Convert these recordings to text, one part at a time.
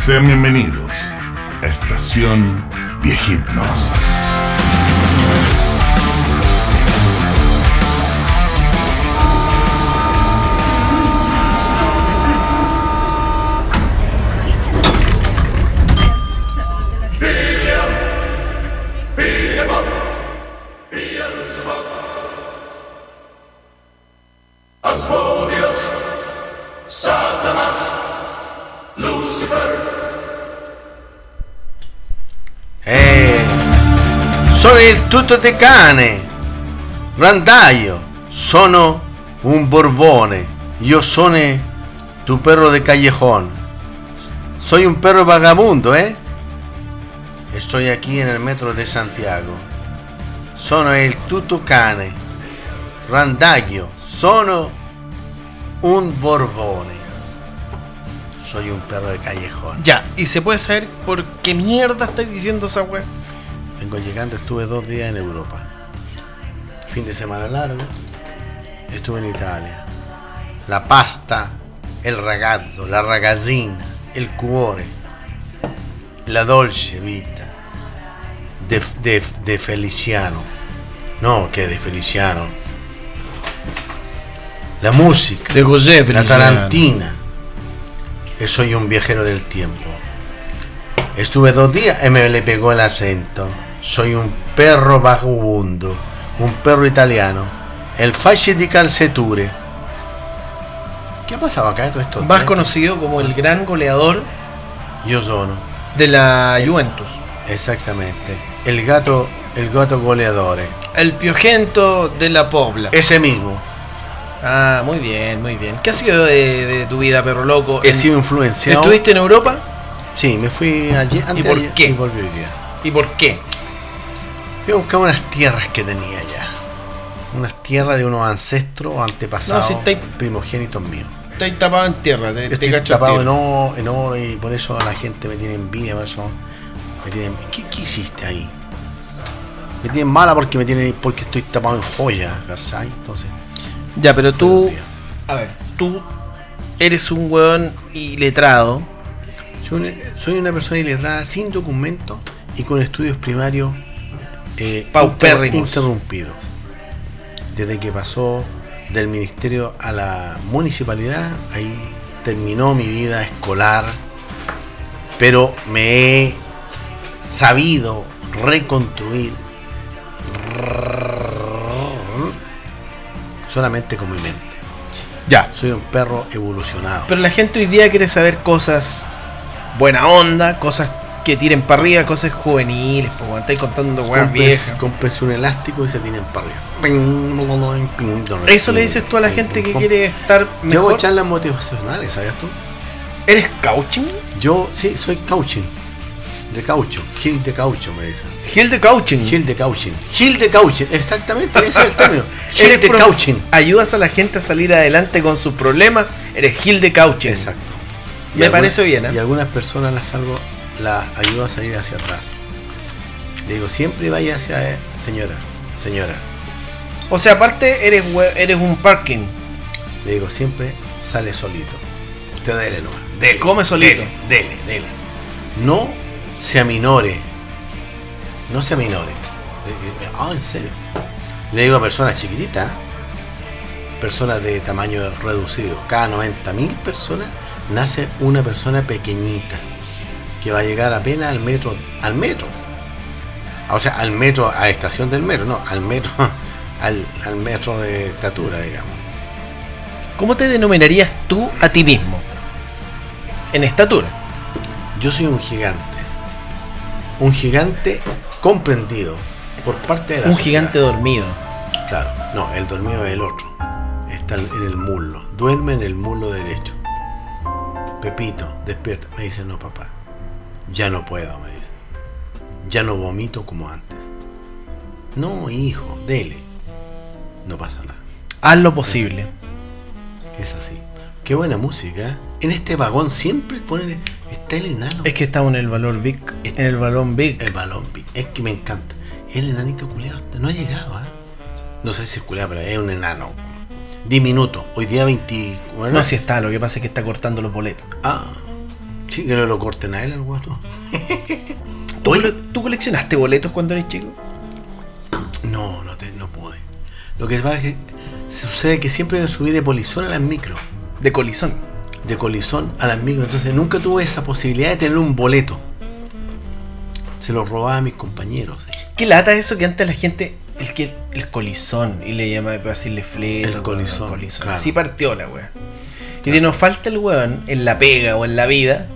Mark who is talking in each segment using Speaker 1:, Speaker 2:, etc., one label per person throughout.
Speaker 1: Sean bienvenidos a Estación Viejitnos.
Speaker 2: Asmodeus, Satanás, Lucifer.
Speaker 3: Eh, sono il tutto di cane. Randaio, sono un borbone. Yo sono tu perro de callejón. Soy un perro vagabundo, ¿eh? Estoy aquí en el metro de Santiago. Sono el tutto cane. Randaio, sono un borbone. Soy un perro de callejón.
Speaker 4: Ya, y se puede saber por qué mierda estáis diciendo esa weá.
Speaker 3: Vengo llegando, estuve dos días en Europa. Fin de semana largo. Estuve en Italia. La pasta, el ragazzo, la ragazzina, el cuore, la dolce vita de, de- de Feliciano. No, que de Feliciano. La música.
Speaker 4: De José
Speaker 3: La Tarantina. Eh, Soy un viajero del tiempo. Estuve dos días y me le pegó el acento. Soy un perro vagabundo. Un perro italiano. El fasce di calceture. ¿Qué ha pasado acá todo esto?
Speaker 4: Más conocido como el gran goleador
Speaker 3: Yo sono.
Speaker 4: de la Juventus.
Speaker 3: Exactamente. El gato, el gato goleadore.
Speaker 4: El piojento de la Pobla.
Speaker 3: Ese mismo.
Speaker 4: Ah, muy bien, muy bien. ¿Qué ha sido de, de tu vida, perro loco?
Speaker 3: He
Speaker 4: En-
Speaker 3: sido influenciado.
Speaker 4: ¿Estuviste en Europa?
Speaker 3: Sí, me fui ayer, antes
Speaker 4: por qué?
Speaker 3: y volví hoy día.
Speaker 4: ¿Y por qué?
Speaker 3: Yo buscaba unas tierras que tenía allá. Unas tierras de unos ancestros o antepasados
Speaker 4: No, si estáis-
Speaker 3: primogénitos míos.
Speaker 4: Estás tapado en tierra, te, te
Speaker 3: Estoy
Speaker 4: cacho en
Speaker 3: tapado en
Speaker 4: tierra.
Speaker 3: oro, en oro y por eso la gente me tiene envidia, por eso me tienen... ¿Qué, qué hiciste ahí? Me tienen mala porque me tienen porque estoy tapado en joya, ¿cachai? Entonces,
Speaker 4: Ya, pero tú.
Speaker 3: buenos días.
Speaker 4: A ver, tú eres un weón iletrado.
Speaker 3: soy una, soy una persona iletrada sin documento y con estudios primarios eh,
Speaker 4: Paupérrimos.
Speaker 3: inter- interrumpidos. Desde que pasó del ministerio a la municipalidad, ahí terminó mi vida escolar, pero me he sabido reconstruir solamente con mi mente.
Speaker 4: Ya.
Speaker 3: Soy un perro evolucionado.
Speaker 4: Pero la gente hoy día quiere saber cosas buena onda, cosas que tiren para arriba, cosas juveniles, pues weón, estáis contando weón
Speaker 3: Compres,
Speaker 4: viejas.
Speaker 3: compres un elástico y se tienen para arriba. Ping, ping, ping,
Speaker 4: Eso le dices tú a la gente que
Speaker 3: ping,
Speaker 4: quiere estar
Speaker 3: ping. Yo hago
Speaker 4: mejor.
Speaker 3: charlas motivacionales, ¿sabías tú?
Speaker 4: ¿Eres couching?
Speaker 3: Yo sí, soy coaching. De caucho. Gil de caucho, me dicen.
Speaker 4: Gil de couching.
Speaker 3: Gil de cauching. Gil de cauching. Exactamente, ese es el término. Gil
Speaker 4: Eres
Speaker 3: de
Speaker 4: pro-
Speaker 3: cauching.
Speaker 4: Ayudas a la gente a salir adelante con sus problemas. Eres Gil de couching.
Speaker 3: Exacto.
Speaker 4: Me parece bien, ¿eh?
Speaker 3: Y algunas personas las salgo, las ayudo a salir hacia atrás. Le digo, siempre vaya hacia, eh, señora, señora.
Speaker 4: O sea, aparte eres we- eres un parking.
Speaker 3: Le digo, siempre sale solito. Usted dele nomás. Dele.
Speaker 4: Come solito.
Speaker 3: Dele, dele, dele. No se aminore. No se aminore. Le- le- Ah, en serio. Le digo a personas chiquititas, personas de tamaño reducido. Cada 90.000 personas nace una persona pequeñita que va a llegar apenas al metro. Al metro. O sea, al metro, a estación del metro, no, al metro, al, al metro de estatura, digamos.
Speaker 4: ¿Cómo te denominarías tú a ti mismo? En estatura.
Speaker 3: Yo soy un gigante. Un gigante comprendido por parte de la
Speaker 4: Un
Speaker 3: sociedad.
Speaker 4: gigante dormido.
Speaker 3: Claro. No, el dormido es el otro. Está en el muslo. Duerme en el muslo derecho. Pepito, despierta. Me dice, no, papá. Ya no puedo, me dice. Ya no vomito como antes. No, hijo, dele. No pasa nada.
Speaker 4: Haz lo posible.
Speaker 3: Es así. Qué buena música. ¿eh? En este vagón siempre ponen. Está el enano.
Speaker 4: Es que estamos en el valor big, en el balón big.
Speaker 3: El balón, pi- es que me encanta. El enanito culeado hasta- no ha llegado, ¿ah? No sé si es culeado, pero es un enano. Diminuto. Hoy día 20. bueno,
Speaker 4: No, si está, lo que pasa es que está cortando los boletos.
Speaker 3: Ah. Sí, que no lo corten a él, el guato.
Speaker 4: ¿Tú,
Speaker 3: Oye.
Speaker 4: cole- tú coleccionaste boletos cuando eres chico?
Speaker 3: No, no, te, no pude. Lo que pasa es que sucede que siempre me subí de polizón a las micro,
Speaker 4: De colisón.
Speaker 3: de colisón a las micro, entonces nunca tuve esa posibilidad de tener un boleto. Se lo robaba a mis compañeros. ¿sí?
Speaker 4: ¿Qué lata eso que antes la gente. El, que, el colisón. Y le llamaba para decirle fleto.
Speaker 3: El
Speaker 4: weón,
Speaker 3: colisón, claro.
Speaker 4: Así partió la weá. Y de nos falta el weón en la pega o en la vida.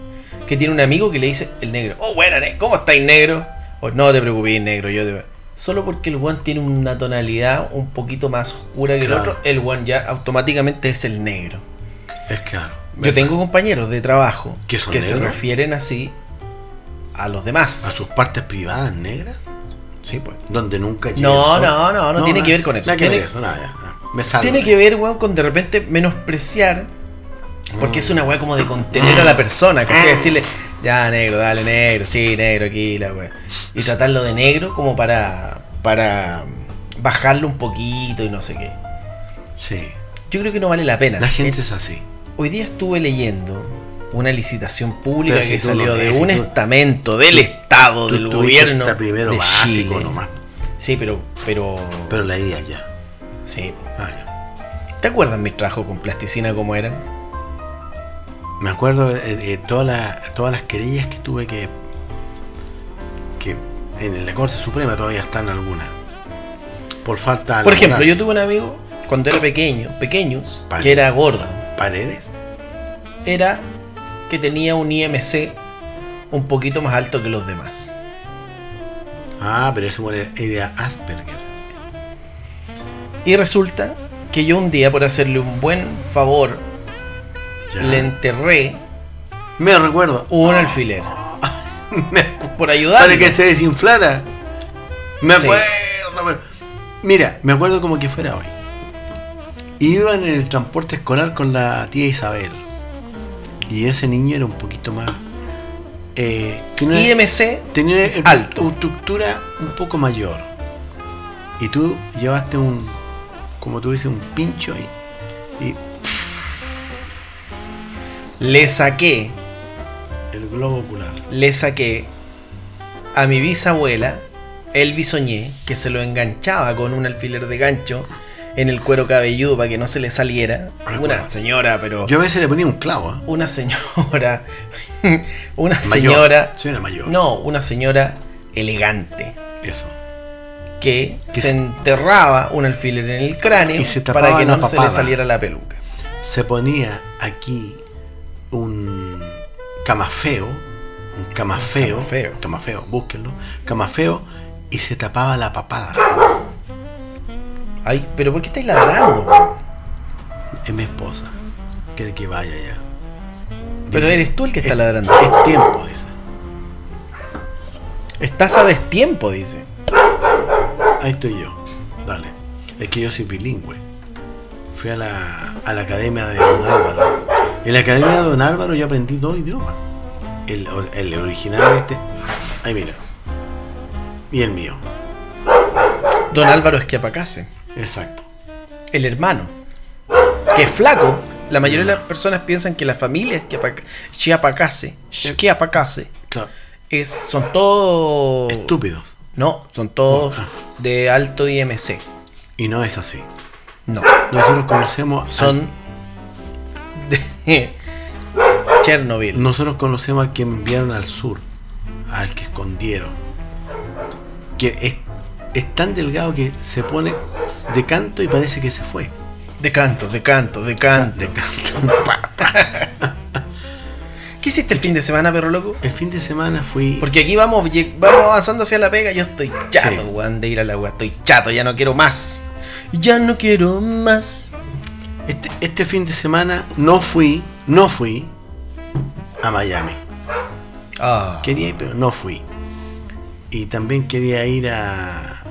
Speaker 4: Que tiene un amigo que le dice el negro. Oh, buena, ne- ¿cómo estáis, negro? O no te preocupes, negro, yo te. Solo porque el weón tiene una tonalidad un poquito más oscura que
Speaker 3: Claro.
Speaker 4: el otro, el weón ya automáticamente es el negro.
Speaker 3: Es claro.
Speaker 4: Yo tengo compañeros de trabajo
Speaker 3: ¿Que son
Speaker 4: que se
Speaker 3: negros?
Speaker 4: refieren así a los
Speaker 3: A
Speaker 4: demás.
Speaker 3: sus partes privadas negras,
Speaker 4: Sí, pues.
Speaker 3: donde nunca llega
Speaker 4: No,
Speaker 3: el sol.
Speaker 4: no, no, no tiene
Speaker 3: nada,
Speaker 4: que ver con eso.
Speaker 3: Nada que
Speaker 4: Tiene-
Speaker 3: ver eso, nada, ya, ya. Me salgo.
Speaker 4: Tiene que ver, weón, con de repente menospreciar.
Speaker 3: Mm,
Speaker 4: Porque es una weá como de contener a la persona,
Speaker 3: Ah.
Speaker 4: ¿cachai? Decirle, ya negro, dale negro, sí, negro, aquí, la weá. Y tratarlo de negro como para. para bajarlo un poquito y no sé qué.
Speaker 3: Sí.
Speaker 4: Yo creo que no vale la pena.
Speaker 3: La gente
Speaker 4: Eh,
Speaker 3: es así.
Speaker 4: Hoy día estuve leyendo una licitación pública
Speaker 3: Pero si
Speaker 4: que
Speaker 3: tú no
Speaker 4: salió de
Speaker 3: lees, si
Speaker 4: un
Speaker 3: tú-
Speaker 4: estamento del
Speaker 3: tú-
Speaker 4: Estado, del
Speaker 3: tuviste
Speaker 4: gobierno.
Speaker 3: hasta primero
Speaker 4: de
Speaker 3: básico
Speaker 4: Chile.
Speaker 3: nomás.
Speaker 4: Sí, pero, pero.
Speaker 3: Pero la idea ya.
Speaker 4: Sí.
Speaker 3: Ah, ya.
Speaker 4: ¿Te acuerdas mis trabajos con plasticina como eran?
Speaker 3: Me acuerdo eh, de todas, las, todas las querellas que tuve que. que en la Corte Suprema todavía están algunas. Por falta.
Speaker 4: Por ejemplo,
Speaker 3: laboral.
Speaker 4: yo tuve un amigo cuando era pequeño, pequeños,
Speaker 3: Vale.
Speaker 4: que era gordo.
Speaker 3: Paredes.
Speaker 4: Era que tenía un IMC un poquito más alto que los demás.
Speaker 3: Ah, pero ese era- era Asperger.
Speaker 4: Y resulta que yo un día, por hacerle un buen favor,
Speaker 3: Ya.
Speaker 4: le enterré
Speaker 3: Me recuerdo. Ah,
Speaker 4: un alfiler.
Speaker 3: Me acuerdo.
Speaker 4: Por
Speaker 3: Para
Speaker 4: ayudarle.
Speaker 3: que se desinflara. Me
Speaker 4: Sí.
Speaker 3: acuerdo. pero- Mira, me acuerdo como que fuera hoy. Iban en el transporte escolar con la tía Isabel. Y ese niño era un poquito más. eh, tenía,
Speaker 4: IMC,
Speaker 3: tenía una
Speaker 4: alto.
Speaker 3: una estructura un poco mayor. Y tú llevaste un. Como tú dices, un pincho y. y
Speaker 4: le saqué,
Speaker 3: el globo ocular.
Speaker 4: le saqué a mi bisabuela, el bisoñé, que se lo enganchaba con un alfiler de gancho en el cuero cabelludo para que no se le saliera.
Speaker 3: Recuerdo.
Speaker 4: Una señora, pero...
Speaker 3: Yo a veces le ponía un clavo, ¿eh?
Speaker 4: una señora, una
Speaker 3: Mayor.
Speaker 4: señora,
Speaker 3: Sí, era mayor.
Speaker 4: no, una señora elegante
Speaker 3: Eso.
Speaker 4: que
Speaker 3: Que
Speaker 4: se
Speaker 3: se-
Speaker 4: enterraba un alfiler en el cráneo
Speaker 3: Y se tapaba
Speaker 4: para que
Speaker 3: la
Speaker 4: no se le
Speaker 3: papada.
Speaker 4: saliera la peluca.
Speaker 3: se ponía aquí un camafeo, un camafeo,
Speaker 4: Camafeo.
Speaker 3: camafeo, búsquenlo, camafeo y se tapaba la papada.
Speaker 4: Ay, pero ¿por qué estáis ladrando? po?
Speaker 3: Es mi esposa, quiere que vaya ya.
Speaker 4: Pero
Speaker 3: Dice,
Speaker 4: eres tú el que está
Speaker 3: "Es-
Speaker 4: ladrando.
Speaker 3: Es tiempo, dice.
Speaker 4: Estás a destiempo, dice.
Speaker 3: Ahí estoy yo. Dale. Es que yo soy bilingüe. Fui a la, a la academia de Don Álvaro. En la academia de Don Álvaro yo aprendí dos idiomas. El, el original este. Ahí mira. Y el mío.
Speaker 4: Don Álvaro Esquiapacase,
Speaker 3: Exacto.
Speaker 4: el hermano, que es flaco. La mayoría de las personas piensan que la familia Esquiapac- Chiapacase, Chiapacase,
Speaker 3: Claro.
Speaker 4: es, son todos...
Speaker 3: Estúpidos.
Speaker 4: No, son todos
Speaker 3: Ah.
Speaker 4: de alto IMC.
Speaker 3: Y no es así.
Speaker 4: No,
Speaker 3: Nosotros conocemos
Speaker 4: son de
Speaker 3: al,
Speaker 4: Chernobyl.
Speaker 3: nosotros conocemos al que enviaron al sur, al que escondieron. Que es, es tan delgado que se pone de canto y parece que se fue.
Speaker 4: De canto, de canto, de canto.
Speaker 3: De canto.
Speaker 4: ¿Qué hiciste el fin de semana, perro loco?
Speaker 3: El fin de semana fui.
Speaker 4: Porque aquí vamos, lle- vamos avanzando hacia la pega. Yo estoy chato,
Speaker 3: Sí.
Speaker 4: weón, de ir a la weá. Estoy chato, ya no quiero más. Ya no quiero más.
Speaker 3: Este, este fin de semana no fui, no fui a Miami.
Speaker 4: Ah,
Speaker 3: Quería ir, pero no fui. Y también quería ir a.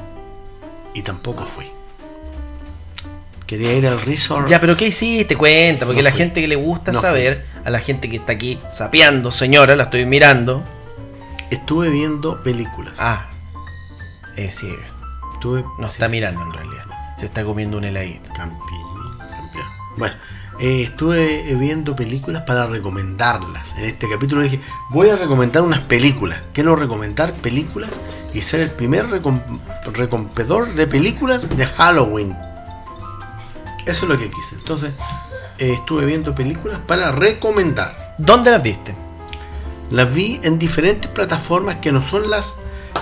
Speaker 3: Y tampoco fui. Quería ir al resort.
Speaker 4: Ya, pero ¿qué hiciste? Cuenta, porque
Speaker 3: No
Speaker 4: la
Speaker 3: fui.
Speaker 4: gente que le gusta
Speaker 3: No fui.
Speaker 4: saber, a la gente que está aquí sapeando, señora, la estoy mirando.
Speaker 3: Estuve viendo películas.
Speaker 4: Ah, es ciega.
Speaker 3: Estuve-
Speaker 4: No
Speaker 3: sí,
Speaker 4: está
Speaker 3: sí.
Speaker 4: mirando en realidad. Se está comiendo un heladito.
Speaker 3: Campi- campeón. Bueno, eh, estuve viendo películas para recomendarlas. En este capítulo dije, voy a recomendar unas películas. Quiero recomendar películas y ser el primer recom- recompedor de películas de Halloween. Eso es lo que quise. Entonces, eh, estuve viendo películas para recomendar.
Speaker 4: ¿Dónde las viste?
Speaker 3: Las vi en diferentes plataformas que no son las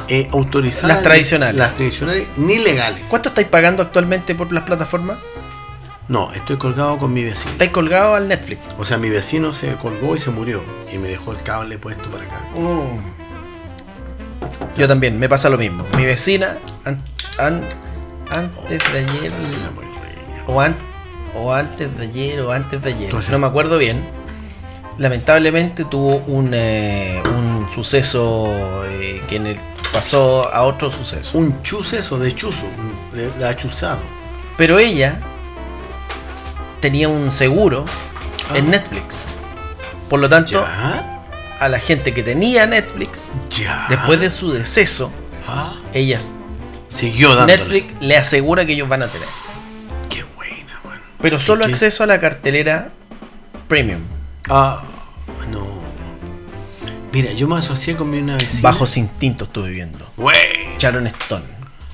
Speaker 3: eh, autorizadas.
Speaker 4: Las tradicionales.
Speaker 3: Las tradicionales ni legales.
Speaker 4: ¿Cuánto estáis pagando actualmente por las plataformas?
Speaker 3: No, estoy colgado con mi vecino.
Speaker 4: Estáis colgados al Netflix.
Speaker 3: O sea, mi vecino se colgó y se murió. Y me dejó el cable puesto para acá.
Speaker 4: Yo también, me pasa lo mismo. Mi vecina, an- an- antes de ayer,
Speaker 3: Se la murió.
Speaker 4: o, an- o antes de ayer, o antes de ayer,
Speaker 3: Entonces-
Speaker 4: no me acuerdo bien, lamentablemente tuvo un, eh, un suceso eh, que en el- pasó a otro suceso.
Speaker 3: Un chuceso de chuzo. un- De, de achuzado.
Speaker 4: Pero ella tenía un seguro
Speaker 3: Ah.
Speaker 4: en Netflix. Por lo tanto,
Speaker 3: Ya.
Speaker 4: a la gente que tenía Netflix,
Speaker 3: Ya.
Speaker 4: después de su deceso,
Speaker 3: Ah,
Speaker 4: ellas
Speaker 3: siguió dándole.
Speaker 4: Netflix le asegura que ellos van a tener.
Speaker 3: Qué buena, man.
Speaker 4: Pero solo
Speaker 3: ¿Qué?
Speaker 4: acceso a la cartelera premium.
Speaker 3: Ah, no. Mira, yo me asocié con mi una vecina.
Speaker 4: Bajos instintos estuve viendo.
Speaker 3: Wey.
Speaker 4: Sharon Stone.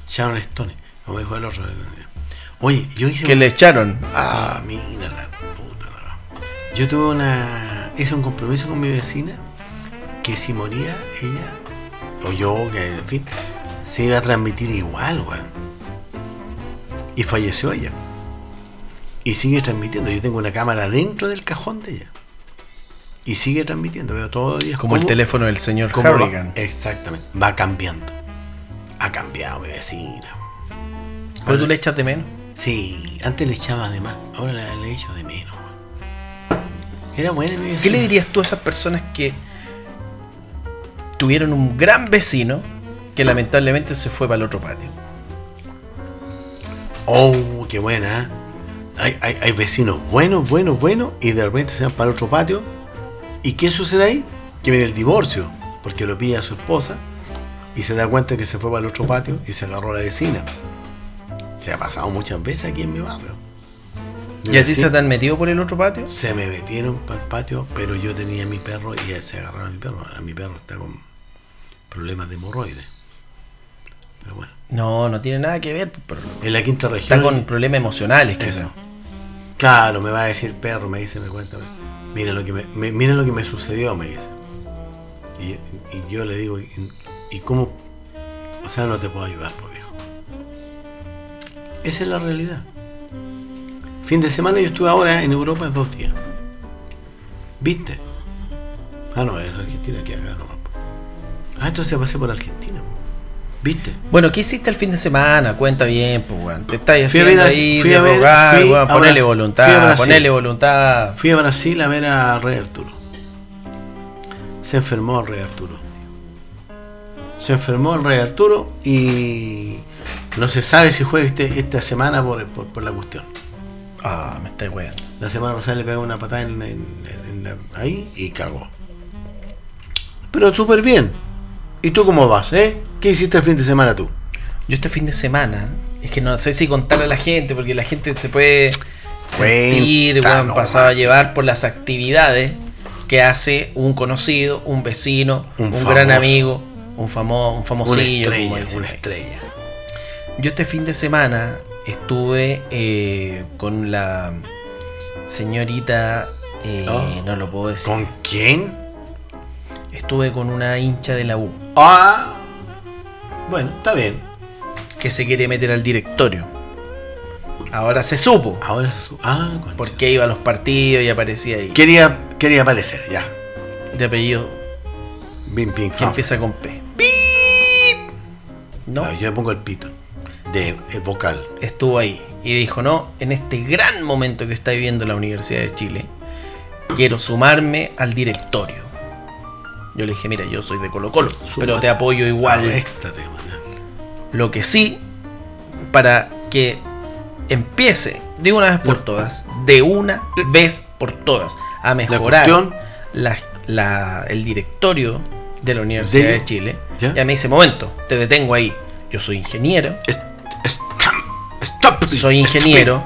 Speaker 3: Sharon Stone. Como dijo el otro. Oye, yo hice.
Speaker 4: Que
Speaker 3: un-
Speaker 4: le echaron.
Speaker 3: Ah, mira la puta. la- Yo tuve una. Hice un compromiso con mi vecina que si moría ella, o yo, que en fin, se iba a transmitir igual, weón. Y falleció ella. Y sigue transmitiendo. Yo tengo una cámara dentro del cajón de ella. Y sigue transmitiendo. Veo todo el día.
Speaker 4: Como el
Speaker 3: cómo-
Speaker 4: teléfono del señor
Speaker 3: cómo va-
Speaker 4: Harrigan.
Speaker 3: exactamente. Va cambiando. Ha cambiado mi vecina.
Speaker 4: Pero tú le echas de menos.
Speaker 3: Sí, antes le echaba de más, ahora la- le echo de menos. weón. Era buena mi
Speaker 4: ¿Qué
Speaker 3: vecina.
Speaker 4: le dirías tú a esas personas que tuvieron un gran vecino que lamentablemente se fue para el otro patio?
Speaker 3: Oh, qué buena. ¿eh? Hay, hay- hay vecinos buenos, buenos, buenos, y de repente se van para otro patio. ¿Y qué sucede ahí? Que viene el divorcio, porque lo pilla su esposa y se da cuenta que se fue para el otro patio y se agarró a la vecina. Se ha pasado muchas veces aquí en mi barrio.
Speaker 4: ¿Y a ti se
Speaker 3: Vecino-
Speaker 4: te han metido por el otro patio?
Speaker 3: Se me metieron para el patio, pero yo tenía a mi perro y él se agarraron a mi perro. Ahora mi perro está con problemas de hemorroides. Pero bueno,
Speaker 4: No, no tiene nada que ver. pero
Speaker 3: en la quinta región.
Speaker 4: está con problemas emocionales, quizás.
Speaker 3: Eso. Claro, me va a decir perro, me dice, me cuenta. me- Mira lo que me, me- mira lo que me sucedió, me dice. Y, y yo le digo, ¿y, y cómo? O sea, no te puedo ayudar, pues viejo. Esa es la realidad. Fin de semana yo estuve ahora en Europa dos días. ¿Viste? Ah, no, es Argentina que acá nomás. po. Ah, entonces pasé por Argentina. po. ¿Viste?
Speaker 4: Bueno, ¿qué hiciste el fin de semana? Cuenta bien, pues, weón. Te estáis
Speaker 3: Fui a
Speaker 4: haciendo
Speaker 3: ver a-
Speaker 4: ahí
Speaker 3: fui
Speaker 4: de
Speaker 3: a ver-
Speaker 4: rogar,
Speaker 3: fui
Speaker 4: weón.
Speaker 3: a
Speaker 4: Ponele
Speaker 3: Brasil- fui a
Speaker 4: voluntad,
Speaker 3: Brasil.
Speaker 4: ponele voluntad.
Speaker 3: Fui a Brasil a ver a Rey Arturo. Se enfermó el Rey Arturo. Se enfermó el Rey Arturo y no se sabe si juega este- esta semana por, por- por la cuestión.
Speaker 4: Ah, me estáis weando.
Speaker 3: La semana pasada le pegó una patada en, en- en la- ahí y cagó. Pero súper bien. ¿Y tú cómo vas, eh? ¿Qué hiciste el fin de semana tú?
Speaker 4: Yo este fin de semana, es que no sé si contarle a la gente, porque la gente se puede sentir,
Speaker 3: Cuenta
Speaker 4: weón, pasado a
Speaker 3: nomás.
Speaker 4: llevar por las actividades que hace un conocido, un vecino,
Speaker 3: Un
Speaker 4: un, gran
Speaker 3: famoso.
Speaker 4: amigo, un, famo, un
Speaker 3: Una
Speaker 4: famosillo. como
Speaker 3: estrella,
Speaker 4: dicen
Speaker 3: una
Speaker 4: ahí.
Speaker 3: estrella.
Speaker 4: Yo este fin de semana estuve eh, con la señorita, eh,
Speaker 3: Oh.
Speaker 4: no lo puedo decir.
Speaker 3: ¿Con quién?
Speaker 4: Estuve con una hincha de la U
Speaker 3: Ah. Bueno, está bien.
Speaker 4: que se quiere meter al directorio. Ahora se supo
Speaker 3: Ahora se su- Ah, concha.
Speaker 4: por qué iba a los partidos y aparecía ahí.
Speaker 3: Quería, quería aparecer, ya.
Speaker 4: De apellido
Speaker 3: Bim, pim,
Speaker 4: que
Speaker 3: pam.
Speaker 4: empieza con P. No,
Speaker 3: No, yo le pongo el pito. De eh, vocal.
Speaker 4: estuvo ahí y dijo, no, en este gran momento que está viviendo la Universidad de Chile, quiero sumarme al directorio. Yo le dije, mira, yo soy de Colo Colo, pero
Speaker 3: Súmate.
Speaker 4: te apoyo igual.
Speaker 3: Esta Ah, este tema. ¿no?
Speaker 4: Lo que sí, para que empiece de una vez por todas, de una vez por todas, a mejorar
Speaker 3: cuestión-
Speaker 4: la- la- el directorio de la Universidad
Speaker 3: De-
Speaker 4: de, Chile,
Speaker 3: ¿Ya?
Speaker 4: ¿Ya? me dice, momento, te detengo ahí. Yo soy ingeniero,
Speaker 3: Es- Stop. Stop.
Speaker 4: soy ingeniero,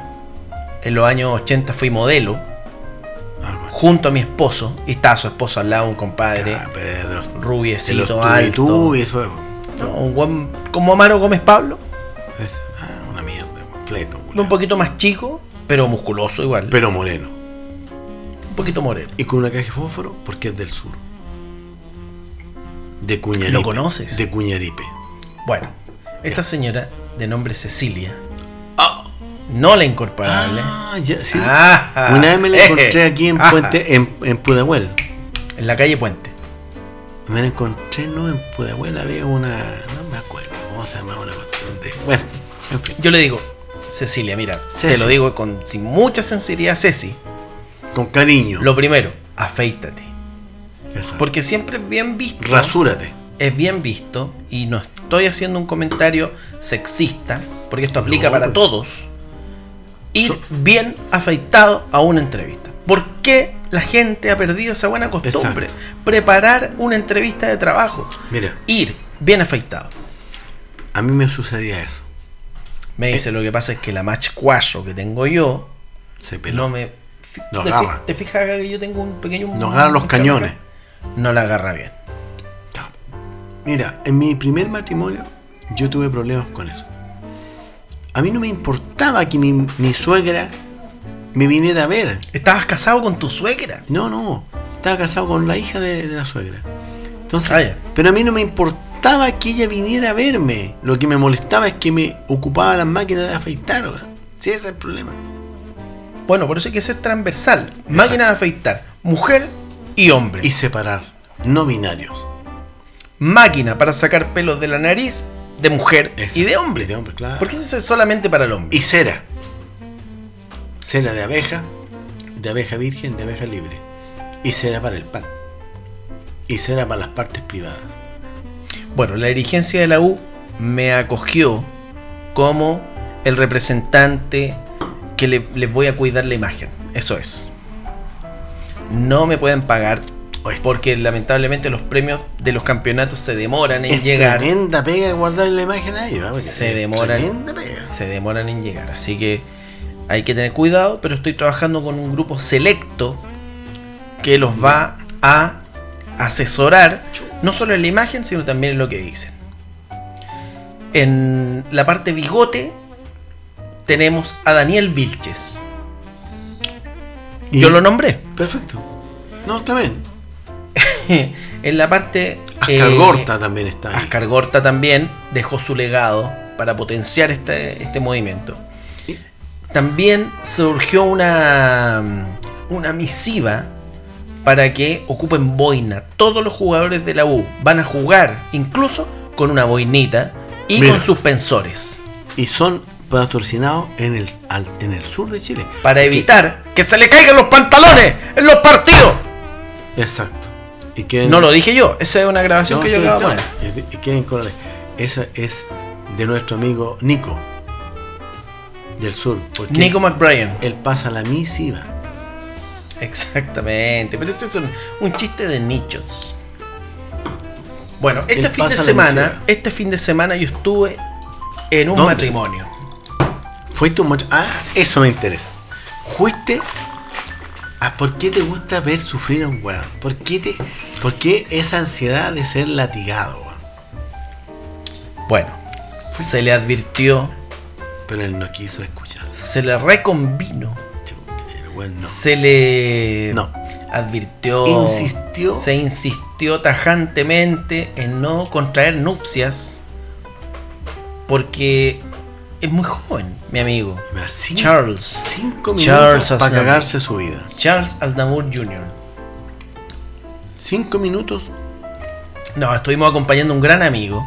Speaker 4: en los años 80 fui modelo
Speaker 3: Ah, bueno.
Speaker 4: junto a mi esposo y estaba su esposo al lado, un compadre
Speaker 3: Ah, pero de los- de los
Speaker 4: rubiecito,
Speaker 3: tú y
Speaker 4: alto.
Speaker 3: tú y eso es.
Speaker 4: No, un buen, como Amaro Gómez Pablo,
Speaker 3: es- ah, una mierda, un fleto.
Speaker 4: un poquito más chico, pero musculoso igual,
Speaker 3: Pero moreno.
Speaker 4: un poquito moreno.
Speaker 3: Y con una caja de fósforo porque es del sur. De Cuñaripe.
Speaker 4: ¿Lo conoces?
Speaker 3: De Cuñaripe.
Speaker 4: Bueno, esta señora de nombre Cecilia, no la incorporable.
Speaker 3: Ah, ya, sí.
Speaker 4: Ajá.
Speaker 3: Una vez me la encontré
Speaker 4: Eje.
Speaker 3: aquí en
Speaker 4: Ajá.
Speaker 3: Puente, en, en Pudahuel.
Speaker 4: En la calle Puente.
Speaker 3: Me la encontré, no, en Pudahuel había una. No me acuerdo cómo se llamaba una cuestión de. Bueno, en fin.
Speaker 4: Yo le digo, Cecilia, mira,
Speaker 3: Ceci.
Speaker 4: te lo digo con sin mucha sinceridad, Ceci.
Speaker 3: Con cariño.
Speaker 4: Lo primero, afeítate.
Speaker 3: Eso.
Speaker 4: Porque siempre es bien visto.
Speaker 3: Rasúrate.
Speaker 4: Es bien visto. Y no estoy haciendo un comentario sexista. Porque esto aplica
Speaker 3: No,
Speaker 4: para
Speaker 3: pues.
Speaker 4: todos. Ir
Speaker 3: So-
Speaker 4: bien afeitado a una entrevista. ¿Por qué la gente ha perdido esa buena costumbre? Preparar una entrevista de trabajo.
Speaker 3: Mira,
Speaker 4: Ir bien afeitado.
Speaker 3: a mí me sucedía eso.
Speaker 4: Me
Speaker 3: Eh.
Speaker 4: dice, lo que pasa es que la match 4 que tengo yo,
Speaker 3: Se
Speaker 4: no
Speaker 3: peló.
Speaker 4: me... fi-
Speaker 3: No
Speaker 4: te,
Speaker 3: agarra.
Speaker 4: fi- te fijas acá que yo tengo un pequeño...
Speaker 3: Nos ganan los
Speaker 4: un-
Speaker 3: cañones.
Speaker 4: No la agarra bien.
Speaker 3: Ta- Mira, en mi primer matrimonio yo tuve problemas con eso. A mí no me importaba que mi, mi suegra me viniera a ver.
Speaker 4: Estabas casado con tu suegra.
Speaker 3: No, no. Estaba casado con la hija de, de la suegra. Entonces,
Speaker 4: Ah, ya.
Speaker 3: pero a mí no me importaba que ella viniera a verme. Lo que me molestaba es que me ocupaba las máquinas de afeitar. weón. Sí, ese es el problema.
Speaker 4: Bueno, por eso hay que ser transversal. Máquina de afeitar. Mujer y hombre.
Speaker 3: Y separar. No binarios.
Speaker 4: Máquina para sacar pelos de la nariz de mujer
Speaker 3: Exacto.
Speaker 4: y de hombre.
Speaker 3: Y de hombre, claro.
Speaker 4: ¿Por qué se hace solamente para el hombre?
Speaker 3: Y cera. Cera de abeja, de abeja virgen, de abeja libre. Y cera para el pan. Y cera para las partes privadas.
Speaker 4: Bueno, la dirigencia de la U me acogió como el representante que le- les voy a cuidar la imagen. Eso es. No me pueden pagar
Speaker 3: Oye,
Speaker 4: porque lamentablemente los premios de los campeonatos se demoran en
Speaker 3: es
Speaker 4: llegar.
Speaker 3: tremenda pega guardar la imagen a ellos. ¿ah? Porque
Speaker 4: Se
Speaker 3: es
Speaker 4: demoran.
Speaker 3: Tremenda pega.
Speaker 4: Se demoran en llegar. Así que hay que tener cuidado, pero estoy trabajando con un grupo selecto que los va a asesorar, no solo en la imagen, sino también en lo que dicen. En la parte bigote tenemos a Daniel Vilches.
Speaker 3: Y-
Speaker 4: Yo lo nombré.
Speaker 3: Perfecto. No, está bien.
Speaker 4: en la parte...
Speaker 3: Ascar
Speaker 4: eh,
Speaker 3: Gorta también está ahí.
Speaker 4: Ascar Gorta también dejó su legado para potenciar este, este movimiento.
Speaker 3: Sí.
Speaker 4: También surgió una, una misiva para que ocupen boina. Todos los jugadores de la U van a jugar incluso con una boinita y
Speaker 3: Mira.
Speaker 4: con suspensores
Speaker 3: Y son patrocinados en el, al- en el sur de Chile.
Speaker 4: para evitar que se le caigan los pantalones en los partidos.
Speaker 3: Exacto. Y queden-
Speaker 4: No lo dije yo, esa es una grabación
Speaker 3: No,
Speaker 4: que yo
Speaker 3: sí,
Speaker 4: acabo de
Speaker 3: no,
Speaker 4: poner.
Speaker 3: es de- queda en colores. Esa es de nuestro amigo Nico, del sur. Porque
Speaker 4: Nico McBrien.
Speaker 3: él pasa la misiva.
Speaker 4: Exactamente, pero ese es un, un chiste de nichos. Bueno, este
Speaker 3: Él
Speaker 4: fin de
Speaker 3: pasa la
Speaker 4: semana,
Speaker 3: miseria.
Speaker 4: este fin de semana yo estuve en un
Speaker 3: ¿Dónde?
Speaker 4: matrimonio.
Speaker 3: Fuiste un macho. Ah, eso me interesa. Fuiste. ¿A por qué te gusta ver sufrir a un weón? ¿Por qué, te, ¿Por qué esa ansiedad de ser latigado, weón?
Speaker 4: Bueno, se le advirtió,
Speaker 3: Pero él no quiso escuchar.
Speaker 4: se le reconvino,
Speaker 3: Chucha, el weón no.
Speaker 4: se le
Speaker 3: No.
Speaker 4: advirtió,
Speaker 3: Insistió.
Speaker 4: se insistió tajantemente en no contraer nupcias porque es muy joven, mi amigo.
Speaker 3: Me da cinco-
Speaker 4: Charles.
Speaker 3: Cinco
Speaker 4: Charles
Speaker 3: minutos para
Speaker 4: Aznavour.
Speaker 3: cagarse su vida.
Speaker 4: Charles Aldamur Jr.
Speaker 3: Cinco minutos
Speaker 4: No, estuvimos acompañando a un gran amigo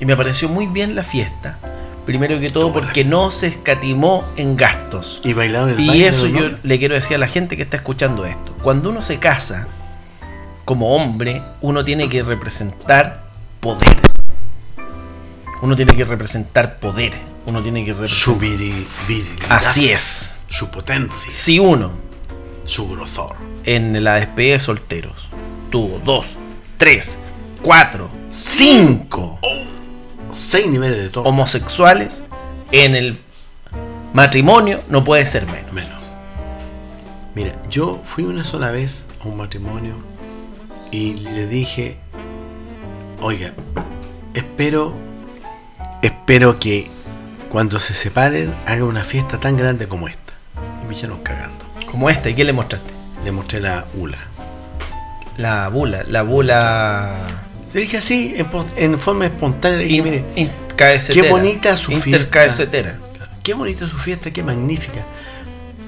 Speaker 4: y me pareció muy bien la fiesta. Primero que todo porque no se escatimó en gastos.
Speaker 3: y bailaron el
Speaker 4: Y
Speaker 3: baile
Speaker 4: eso
Speaker 3: de
Speaker 4: yo
Speaker 3: honor.
Speaker 4: le quiero decir a la gente que está escuchando esto. Cuando uno se casa como hombre, uno tiene que representar poder. Uno tiene que representar poder. Uno tiene que representar...
Speaker 3: su viri- virilidad,
Speaker 4: Así es.
Speaker 3: su potencia,
Speaker 4: Si uno
Speaker 3: su grosor.
Speaker 4: en la despedida de solteros tuvo dos, tres, cuatro, cinco
Speaker 3: Seis niveles de todo.
Speaker 4: homosexuales en el Matrimonio no puede ser menos.
Speaker 3: Menos. Mira, yo fui una sola vez a un matrimonio y le dije, oiga, espero, espero que cuando se separen hagan una fiesta tan grande como esta. Y me echaron cagando.
Speaker 4: Como esta, ¿y qué le mostraste?
Speaker 3: Le mostré la ula.
Speaker 4: La bula, la bula.
Speaker 3: Le dije así, en, pos- en forma espontánea, le dije,
Speaker 4: in-
Speaker 3: mire,
Speaker 4: in- caecetera.
Speaker 3: qué bonita su
Speaker 4: Intercaecetera.
Speaker 3: Qué bonita su fiesta, qué magnífica.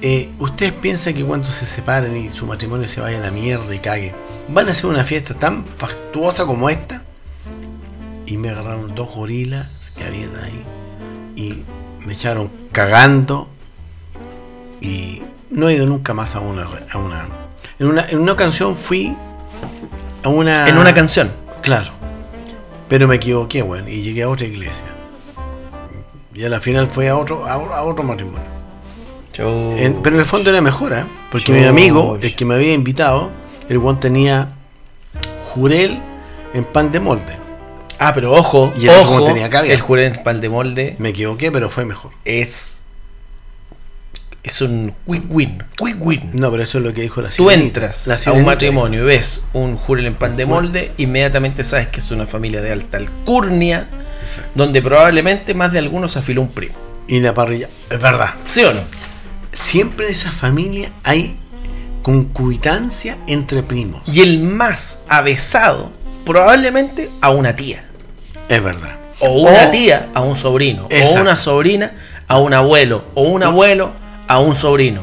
Speaker 3: Eh, Ustedes piensan que cuando se separen y su matrimonio se vaya a la mierda y cague, ¿van a hacer una fiesta tan factuosa como esta? Y me agarraron dos gorilas que habían ahí y me echaron cagando y no he ido nunca más a una... A una en una, en una canción fui a una...
Speaker 4: En una canción.
Speaker 3: Claro. Pero me equivoqué, weón, y llegué a otra iglesia. Y a la final fue a otro, a, a otro matrimonio. En- pero en el fondo era mejor, ¿eh? Porque mi
Speaker 4: Chuch.
Speaker 3: amigo, el que me había invitado, el weón tenía jurel en pan de molde.
Speaker 4: ah, pero ojo,
Speaker 3: Y el otro
Speaker 4: ojo,
Speaker 3: como tenía caviar.
Speaker 4: el jurel en de molde
Speaker 3: Me equivoqué, pero fue mejor.
Speaker 4: es es un quick win, quick win.
Speaker 3: No, pero eso es lo que dijo la
Speaker 4: Tú
Speaker 3: sirenita.
Speaker 4: entras
Speaker 3: La
Speaker 4: a un
Speaker 3: sirenita
Speaker 4: matrimonio y ves un jurel en pan de molde, inmediatamente sabes que es una familia de alta alcurnia,
Speaker 3: dijo. Exacto.
Speaker 4: donde probablemente más de algunos afiló un primo.
Speaker 3: Y la parrilla. Es verdad.
Speaker 4: ¿Sí o no?
Speaker 3: Siempre en esa familia hay concubitancia entre primos.
Speaker 4: Y el más avesado, probablemente a una tía.
Speaker 3: Es verdad.
Speaker 4: O una
Speaker 3: O-
Speaker 4: tía a un sobrino.
Speaker 3: Exacto.
Speaker 4: O una sobrina a un abuelo. O un abuelo a un sobrino.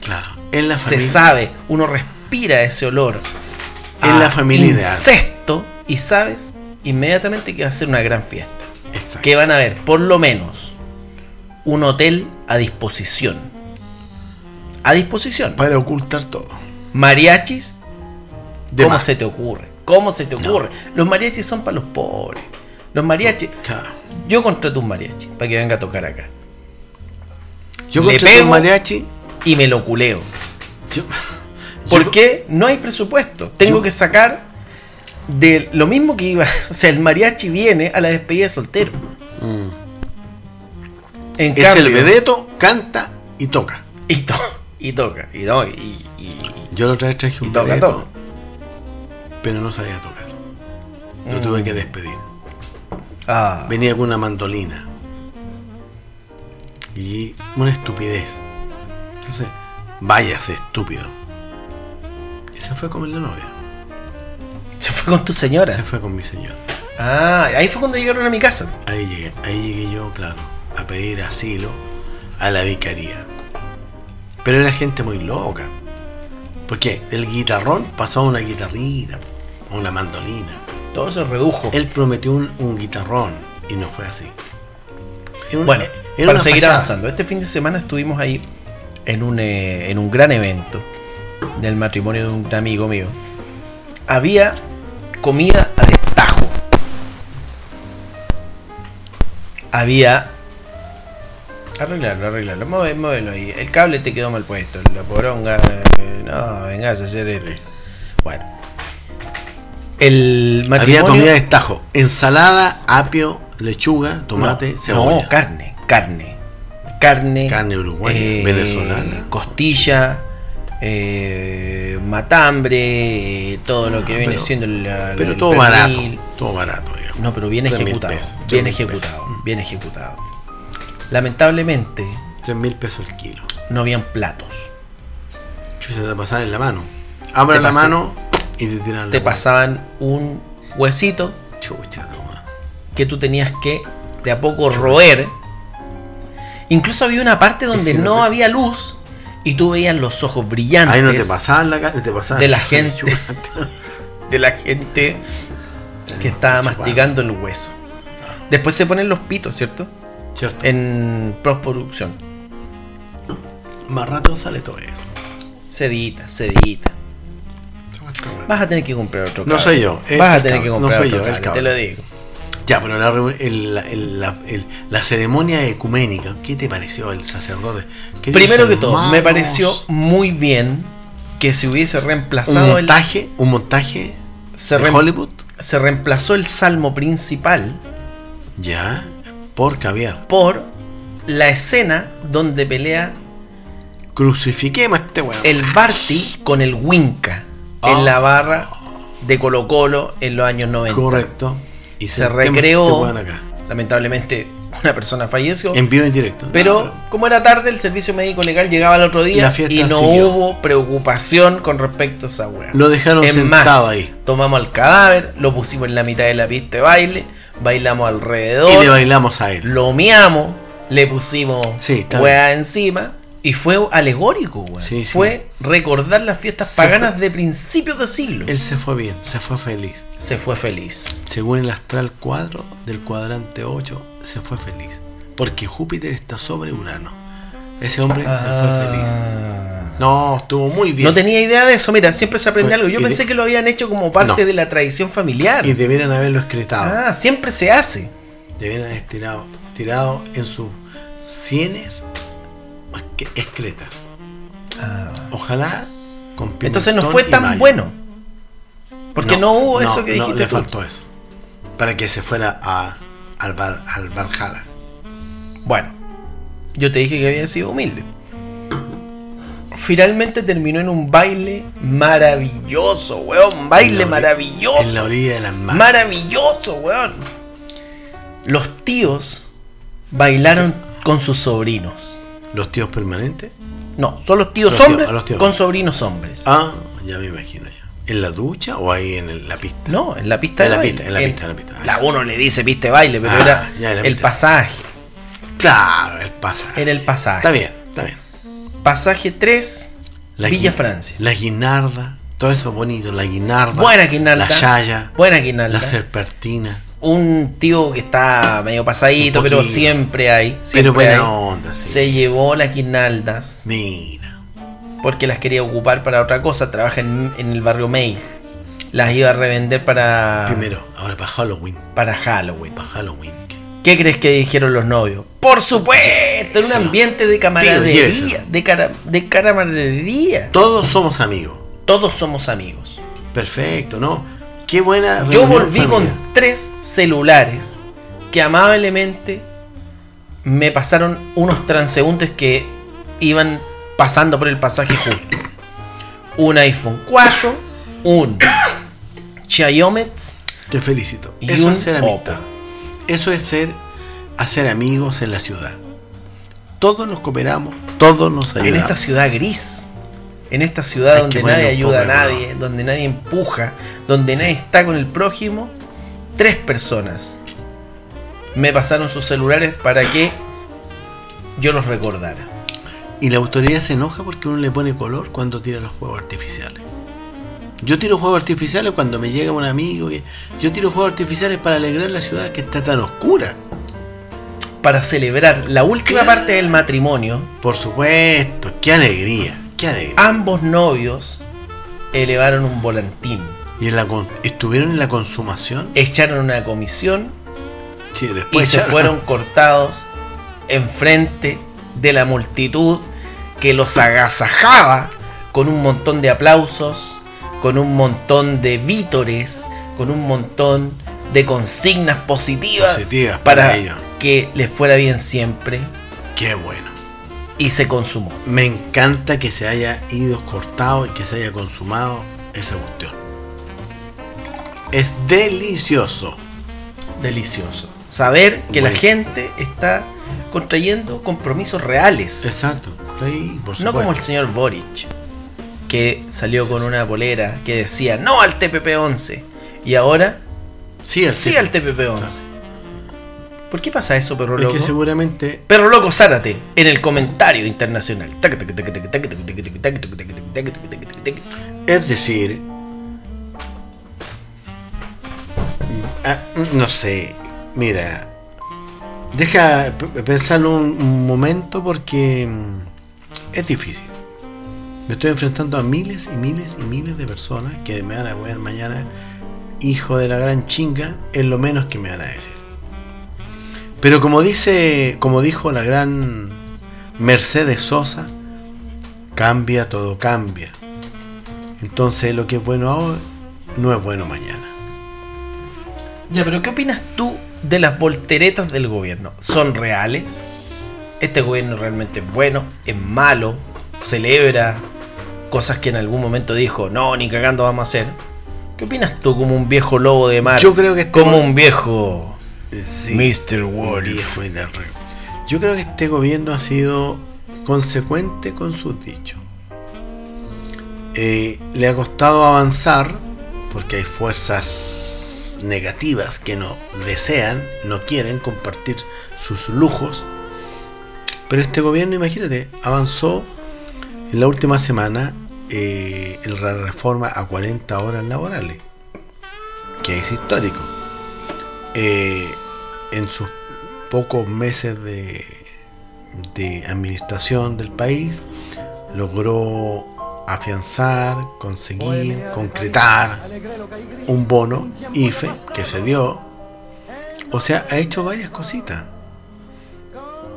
Speaker 3: Claro. En la
Speaker 4: Se
Speaker 3: familia.
Speaker 4: sabe, Ah, uno respira ese olor.
Speaker 3: Es
Speaker 4: a
Speaker 3: la familia ideal.
Speaker 4: Incesto y sabes inmediatamente que va a ser una gran fiesta.
Speaker 3: Exacto.
Speaker 4: Que van a haber por lo menos un hotel a disposición. A disposición.
Speaker 3: Para ocultar todo.
Speaker 4: Mariachis,
Speaker 3: De
Speaker 4: ¿cómo
Speaker 3: más.
Speaker 4: se te ocurre? ¿Cómo se te ocurre? Los mariachis son para los pobres. Los mariachis.
Speaker 3: Claro.
Speaker 4: Yo contrato un mariachi para que venga a tocar acá.
Speaker 3: Yo
Speaker 4: Le
Speaker 3: contraté
Speaker 4: pego.
Speaker 3: un mariachi.
Speaker 4: Y me lo culeo.
Speaker 3: yo- yo-
Speaker 4: Porque no hay presupuesto. Tengo
Speaker 3: Yo-
Speaker 4: que sacar de lo mismo que iba. O sea, el mariachi viene a la despedida de soltero.
Speaker 3: Mm.
Speaker 4: En
Speaker 3: Es el vedeto, canta y toca.
Speaker 4: Y, to- y toca. Y no, y, y-
Speaker 3: Yo la otra vez traje
Speaker 4: Y
Speaker 3: un
Speaker 4: toca,
Speaker 3: vedeto,
Speaker 4: toca.
Speaker 3: pero no sabía tocar. Lo
Speaker 4: Mm.
Speaker 3: tuve que despedir.
Speaker 4: Ah.
Speaker 3: Venía con una mandolina. Y una estupidez. Entonces, váyase, estúpido. Y se fue con la novia.
Speaker 4: Se fue con tu señora.
Speaker 3: Se fue con mi señor.
Speaker 4: Ah, ahí fue cuando llegaron a mi casa.
Speaker 3: Ahí llegué, ahí llegué yo, claro, a pedir asilo a la vicaría. Pero era gente muy loca. Porque el guitarrón pasó a una guitarrita, a una mandolina.
Speaker 4: Todo se redujo.
Speaker 3: Él prometió un, un guitarrón y no fue así. Era un-
Speaker 4: Bueno,
Speaker 3: Mm, eh, era
Speaker 4: para
Speaker 3: una
Speaker 4: seguir
Speaker 3: fachada.
Speaker 4: avanzando, este fin de semana estuvimos ahí en un, eh, en un gran evento del matrimonio de un amigo mío. Había comida a destajo. Había. Arreglarlo, arreglarlo. Mueve, muévelo ahí. El cable te quedó mal puesto. La poronga. eh, no, vengas a hacer esto. Bueno. El
Speaker 3: Había
Speaker 4: matrimonio.
Speaker 3: comida de estajo. Ensalada, apio, lechuga, tomate,
Speaker 4: No,
Speaker 3: cebolla.
Speaker 4: No, carne, carne. Carne.
Speaker 3: Carne uruguaya, venezolana.
Speaker 4: eh, Costilla, eh, matambre, eh, todo lo
Speaker 3: Ah,
Speaker 4: que viene
Speaker 3: pero-
Speaker 4: siendo la, la-
Speaker 3: pero
Speaker 4: el
Speaker 3: todo barato.
Speaker 4: pernil.
Speaker 3: Todo barato, digamos.
Speaker 4: No, pero bien
Speaker 3: Tres mil
Speaker 4: ejecutado.
Speaker 3: pesos, tres
Speaker 4: bien
Speaker 3: mil
Speaker 4: ejecutado,
Speaker 3: pesos.
Speaker 4: bien ejecutado. Lamentablemente,
Speaker 3: 3 mil pesos el kilo.
Speaker 4: no habían platos.
Speaker 3: Chucha, te pasar en la mano. Abra
Speaker 4: Te
Speaker 3: la
Speaker 4: pasé.
Speaker 3: mano y te tiran la
Speaker 4: Te
Speaker 3: mano.
Speaker 4: pasaban un huesito
Speaker 3: Chucha, toma.
Speaker 4: que tú tenías que de a poco roer. Incluso había una parte donde
Speaker 3: si no
Speaker 4: no
Speaker 3: te-
Speaker 4: había luz y tú veías los ojos brillantes.
Speaker 3: Ahí no te pasaban la carne, te pasaban
Speaker 4: de la
Speaker 3: la
Speaker 4: gente.
Speaker 3: lechuga.
Speaker 4: de la gente que estaba
Speaker 3: Chupando.
Speaker 4: masticando el hueso. Después se ponen los pitos, ¿cierto?
Speaker 3: Cierto.
Speaker 4: En postproducción.
Speaker 3: Más rato sale todo eso.
Speaker 4: Sedita, sedita. Vas a tener que comprar otro
Speaker 3: No
Speaker 4: cable.
Speaker 3: soy yo, es
Speaker 4: Vas a
Speaker 3: el
Speaker 4: tener
Speaker 3: cable.
Speaker 4: que
Speaker 3: No
Speaker 4: comprar
Speaker 3: soy
Speaker 4: otro
Speaker 3: yo, el
Speaker 4: cable,
Speaker 3: cable.
Speaker 4: te lo digo.
Speaker 3: Ya, pero la, reunión- el- la- el- la- el- la ceremonia ecuménica, ¿qué te pareció el sacerdote? ¿Qué
Speaker 4: Primero
Speaker 3: dice,
Speaker 4: que todo, me
Speaker 3: hermanos?
Speaker 4: pareció muy bien que se hubiese
Speaker 3: un
Speaker 4: reemplazado el,
Speaker 3: montaje, un montaje
Speaker 4: se,
Speaker 3: de
Speaker 4: reem-
Speaker 3: Hollywood,
Speaker 4: se reemplazó el salmo principal
Speaker 3: ya, por caviar.
Speaker 4: por la escena donde pelea
Speaker 3: Crucifiquemos a este weón.
Speaker 4: el Barty con el Winca
Speaker 3: Ah.
Speaker 4: en la barra de Colo Colo en los años 90.
Speaker 3: Correcto. Y
Speaker 4: Se
Speaker 3: sentemos este
Speaker 4: recreó,
Speaker 3: weón acá.
Speaker 4: lamentablemente una persona falleció,
Speaker 3: En vivo y en directo.
Speaker 4: pero como era tarde el servicio médico legal llegaba el otro
Speaker 3: La
Speaker 4: día
Speaker 3: fiesta
Speaker 4: y no
Speaker 3: siguió.
Speaker 4: hubo preocupación con respecto a esa wea.
Speaker 3: lo dejaron
Speaker 4: Es
Speaker 3: sentado
Speaker 4: más,
Speaker 3: ahí.
Speaker 4: tomamos el cadáver, lo pusimos en la mitad de la pista de baile, bailamos alrededor,
Speaker 3: Y le bailamos a él.
Speaker 4: lo meamos, le pusimos
Speaker 3: Sí, está
Speaker 4: weá encima. Y fue alegórico, weón.
Speaker 3: Sí, sí.
Speaker 4: Fue recordar las fiestas
Speaker 3: Se
Speaker 4: paganas
Speaker 3: fue-
Speaker 4: de principios de siglo.
Speaker 3: Él se fue bien, se fue feliz.
Speaker 4: Se fue feliz.
Speaker 3: Según el astral cuadro del cuadrante 8, se fue feliz. Porque Júpiter está sobre Urano. Ese hombre se fue feliz. No, estuvo muy bien.
Speaker 4: Ah. No tenía idea de eso, mira, siempre se aprende
Speaker 3: Fue-
Speaker 4: algo. Yo
Speaker 3: y de-
Speaker 4: pensé que lo habían hecho como parte
Speaker 3: No.
Speaker 4: de la tradición familiar.
Speaker 3: Y debieran haberlo excretado.
Speaker 4: Ah, siempre se hace.
Speaker 3: Debieran haber estirado, tirado en sus sienes esque- excretas. Ojalá con
Speaker 4: Ah. Entonces no
Speaker 3: pimentón
Speaker 4: fue
Speaker 3: y
Speaker 4: tan
Speaker 3: mayo.
Speaker 4: bueno. Porque no, hubo
Speaker 3: no,
Speaker 4: eso que
Speaker 3: no,
Speaker 4: dijiste
Speaker 3: le
Speaker 4: tú.
Speaker 3: faltó eso. Para que se fuera a, al, Val- al Valhalla.
Speaker 4: Bueno, yo te dije que había sido humilde. Finalmente terminó en un baile maravilloso, weón. Un
Speaker 3: En
Speaker 4: baile
Speaker 3: la ori-
Speaker 4: maravilloso.
Speaker 3: En la orilla de las manos.
Speaker 4: Maravilloso, weón. Los tíos bailaron con sus sobrinos.
Speaker 3: Los tíos permanentes.
Speaker 4: No, son los tíos
Speaker 3: Los tíos,
Speaker 4: hombres
Speaker 3: a los tíos.
Speaker 4: con sobrinos hombres.
Speaker 3: Ah, ya me imagino ya. ¿En la ducha o ahí en el- la pista?
Speaker 4: No, en la pista
Speaker 3: En
Speaker 4: de
Speaker 3: la
Speaker 4: baile.
Speaker 3: pista, en la pista, en la pista. Ah.
Speaker 4: la- uno le dice pista de baile, pero
Speaker 3: Ah,
Speaker 4: era
Speaker 3: ya, en la
Speaker 4: el
Speaker 3: pista.
Speaker 4: pasaje.
Speaker 3: Claro, el pasaje.
Speaker 4: Era el pasaje.
Speaker 3: Está bien, está bien.
Speaker 4: Pasaje 3, Villa
Speaker 3: gui-
Speaker 4: Francia.
Speaker 3: La guinarda, todo eso bonito, la guinarda.
Speaker 4: Buena guinalda.
Speaker 3: La yaya,
Speaker 4: Buena guinalda.
Speaker 3: la serpentina.
Speaker 4: un tío que está medio pasadito,
Speaker 3: Un
Speaker 4: pero
Speaker 3: poquito.
Speaker 4: siempre hay.
Speaker 3: Pero
Speaker 4: Siempre
Speaker 3: buena
Speaker 4: hay.
Speaker 3: onda, sí.
Speaker 4: Se llevó las guirnaldas
Speaker 3: Mira.
Speaker 4: porque las quería ocupar para otra cosa. Trabaja en, en el barrio May. Las iba a revender para,
Speaker 3: Primero, ahora para Halloween.
Speaker 4: para Halloween.
Speaker 3: Para Halloween.
Speaker 4: ¿Qué crees que dijeron los novios? Por supuesto, en un
Speaker 3: Lléveselo.
Speaker 4: ambiente de camaradería.
Speaker 3: lléveselo.
Speaker 4: De, cara, de camaradería.
Speaker 3: Todos somos amigos.
Speaker 4: Todos somos amigos.
Speaker 3: Perfecto, ¿no? Qué buena.
Speaker 4: Yo
Speaker 3: reunión
Speaker 4: volví con
Speaker 3: familiar.
Speaker 4: tres celulares que amablemente me pasaron unos transeúntes que iban pasando por el pasaje justo. Un iPhone 4, un Xiaomi
Speaker 3: Te felicito.
Speaker 4: y
Speaker 3: Eso
Speaker 4: un
Speaker 3: es ser
Speaker 4: Oppo.
Speaker 3: amistad. Eso es ser hacer amigos en la ciudad. Todos nos cooperamos, todos nos
Speaker 4: en esta
Speaker 3: ayudamos.
Speaker 4: ciudad gris. En esta ciudad
Speaker 3: Hay que
Speaker 4: donde nadie
Speaker 3: ponerle un
Speaker 4: ayuda
Speaker 3: poco
Speaker 4: a
Speaker 3: de
Speaker 4: nadie, donde nadie empuja, donde nadie está con el prójimo, tres personas me pasaron sus celulares para que yo los recordara.
Speaker 3: Y la autoridad se enoja porque uno le pone color cuando tira los juegos artificiales. Yo tiro juegos artificiales cuando me llega un amigo. que- Yo tiro juegos artificiales para alegrar la ciudad que está tan oscura.
Speaker 4: para celebrar la última parte del matrimonio,
Speaker 3: Por supuesto, qué alegría, qué alegría.
Speaker 4: ambos novios elevaron un volantín,
Speaker 3: Y en la con- estuvieron en la consumación
Speaker 4: echaron una comisión
Speaker 3: Sí,
Speaker 4: y
Speaker 3: después
Speaker 4: se
Speaker 3: echaron-
Speaker 4: fueron cortados enfrente de la multitud que los agasajaba con un montón de aplausos, con un montón de vítores, con un montón de consignas positivas,
Speaker 3: Positivas para
Speaker 4: para
Speaker 3: ellos.
Speaker 4: que les fuera bien siempre
Speaker 3: Qué bueno.
Speaker 4: y se consumó.
Speaker 3: Me encanta que se haya ido cortado y que se haya consumado esa cuestión. Es delicioso.
Speaker 4: delicioso. Saber que la
Speaker 3: Buenísimo.
Speaker 4: gente está contrayendo compromisos reales.
Speaker 3: Exacto. Ahí, por
Speaker 4: no
Speaker 3: supuesto.
Speaker 4: como el señor Boric, que salió con una polera que decía no al TPP-11 y ahora
Speaker 3: Sí, el
Speaker 4: sí
Speaker 3: tipo.
Speaker 4: al TPP-11. ¿Por qué pasa eso, perro
Speaker 3: Es
Speaker 4: loco?
Speaker 3: que seguramente
Speaker 4: Perro loco Zárate en el comentario internacional. Tac, tac, tac, tac, tac, tac, tac, tac, tac, tac, tac, tac, tac, tac, tac, tac.
Speaker 3: Es decir, ah, no sé, mira, deja p- pensarlo un, un momento porque mm, es difícil. Me estoy enfrentando a miles y miles y miles de personas que me van a ver mañana, hijo de la gran chinga, es lo menos que me van a decir. Pero como dice, como dijo la gran Mercedes Sosa, cambia, todo cambia. Entonces lo que es bueno ahora no es bueno mañana.
Speaker 4: Ya, pero ¿qué opinas tú de las volteretas del gobierno? ¿Son reales? este gobierno realmente es bueno, es malo, celebra cosas que en algún momento dijo, no, ni cagando vamos a hacer. ¿Qué opinas tú como un viejo lobo de mar?
Speaker 3: Yo creo que este go-
Speaker 4: como un viejo
Speaker 3: Sí,
Speaker 4: Mr.
Speaker 3: un
Speaker 4: Wolf.
Speaker 3: viejo y la re- Yo creo que este gobierno ha sido consecuente con sus dichos. Eh, le ha costado avanzar porque hay fuerzas negativas que no desean, no quieren compartir sus lujos. Pero este gobierno, imagínate, avanzó en la última semana eh, en la reforma a 40 horas laborales, que es histórico. Eh, en sus pocos meses de, de administración del país logró afianzar, conseguir, concretar un bono IFE que se dio. O sea, ha hecho varias cositas.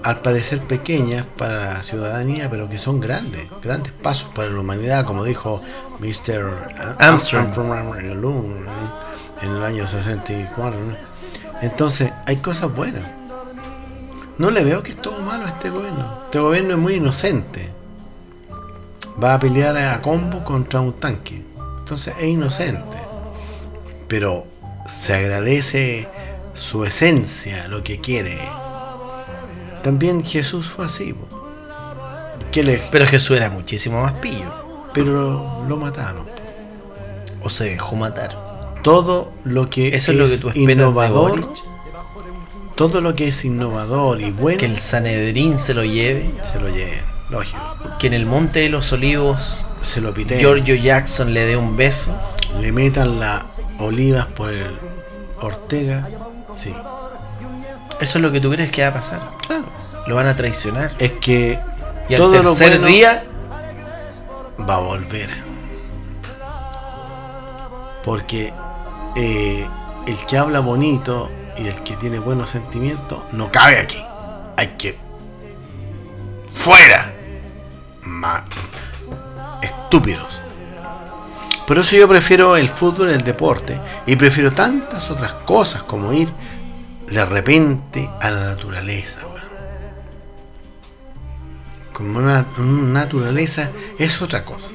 Speaker 3: Al parecer pequeñas para la ciudadanía, pero que son grandes, grandes pasos para la humanidad, como dijo Mr.
Speaker 4: Armstrong.
Speaker 3: Armstrong en el- en el año 64. ¿no? Entonces, hay cosas buenas. No le veo que es todo malo a este gobierno. Este gobierno es muy inocente. Va a pelear a combo contra un tanque. Entonces es inocente. Pero se agradece su esencia, lo que quiere. También Jesús fue así. po. Que le-
Speaker 4: Pero Jesús era muchísimo más pillo.
Speaker 3: pero lo, lo mataron.
Speaker 4: O se dejó matar.
Speaker 3: Todo lo que
Speaker 4: Eso es, lo que tú esperas
Speaker 3: innovador,
Speaker 4: de Boric.
Speaker 3: todo lo que es innovador y bueno,
Speaker 4: Que el Sanedrín se lo lleve.
Speaker 3: se lo lleven. Lógico.
Speaker 4: Que en el Monte de los Olivos
Speaker 3: Se lo piten.
Speaker 4: Giorgio Jackson le dé un beso.
Speaker 3: le metan las olivas por el Ortega, sí.
Speaker 4: Eso es lo que tú crees que va a pasar.
Speaker 3: Claro.
Speaker 4: Lo van a traicionar.
Speaker 3: Es que
Speaker 4: Y
Speaker 3: todo
Speaker 4: al
Speaker 3: lo
Speaker 4: tercer
Speaker 3: bueno-
Speaker 4: día,
Speaker 3: va a volver. Porque eh, el que habla bonito y el que tiene buenos sentimientos no cabe aquí. Hay que fuera. Ma- Estúpidos. Por eso yo prefiero el fútbol, el deporte, y prefiero tantas otras cosas como ir de repente a la naturaleza. weón. Como una, una naturaleza es otra cosa.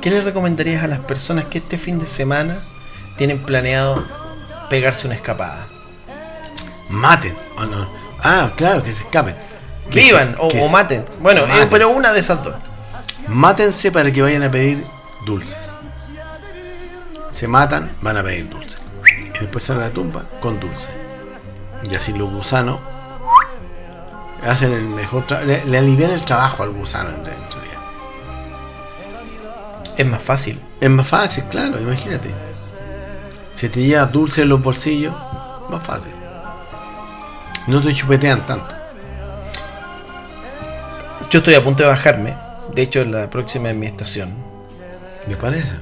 Speaker 4: ¿qué le recomendarías a las personas que este fin de semana tienen planeado pegarse una escapada?
Speaker 3: maten. o no. Ah, claro, que se escapen. Que
Speaker 4: Vivan
Speaker 3: se-
Speaker 4: o,
Speaker 3: que
Speaker 4: o
Speaker 3: se-
Speaker 4: maten. Bueno, eh,
Speaker 3: Mátense.
Speaker 4: pero una de esas dos.
Speaker 3: Mátense para que vayan a pedir dulces. Se matan, van a pedir dulces. Y después salen a la tumba con dulces. Y así los gusanos hacen el mejor tra- le, le alivian el trabajo al gusano en realidad.
Speaker 4: Es más fácil.
Speaker 3: Es más fácil, claro, imagínate. Si te llevas dulce en los bolsillos, más fácil. No te chupetean tanto.
Speaker 4: Yo estoy a punto de bajarme. De hecho, la próxima es mi estación.
Speaker 3: Me parece.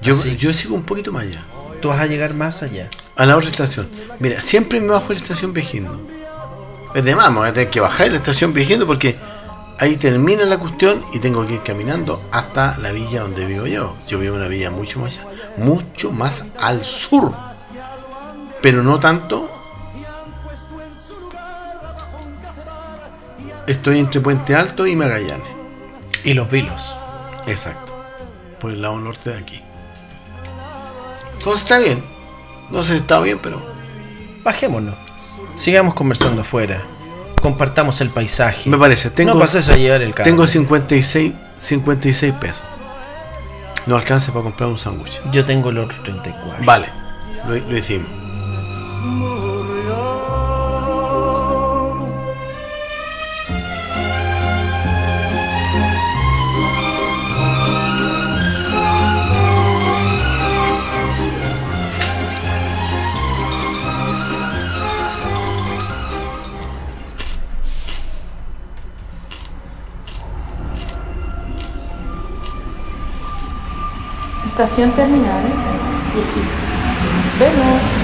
Speaker 3: Yo,
Speaker 4: Así.
Speaker 3: yo sigo un poquito más allá.
Speaker 4: Tú vas a llegar más allá.
Speaker 3: A la otra estación. Mira, siempre me bajo a la estación Viejindo. Es de más, me voy a tener que bajar a la estación Viejindo porque ahí termina la cuestión y tengo que ir caminando hasta la villa donde vivo yo. Yo vivo en una villa mucho más, mucho más al sur. Pero no tanto. Estoy entre Puente Alto y Magallanes.
Speaker 4: Y los vilos.
Speaker 3: Exacto. Por el lado norte de aquí. Entonces está bien. No sé si está bien, pero
Speaker 4: Bajémonos. Sigamos conversando afuera. Compartamos el paisaje.
Speaker 3: me parece. Tengo,
Speaker 4: no pases a llevar el carro.
Speaker 3: tengo 56, 56 pesos. No alcanza para comprar un sándwich.
Speaker 4: Yo tengo el otro 34.
Speaker 3: Vale, lo, lo hicimos.
Speaker 5: Estación terminal. Viejito. Nos vemos.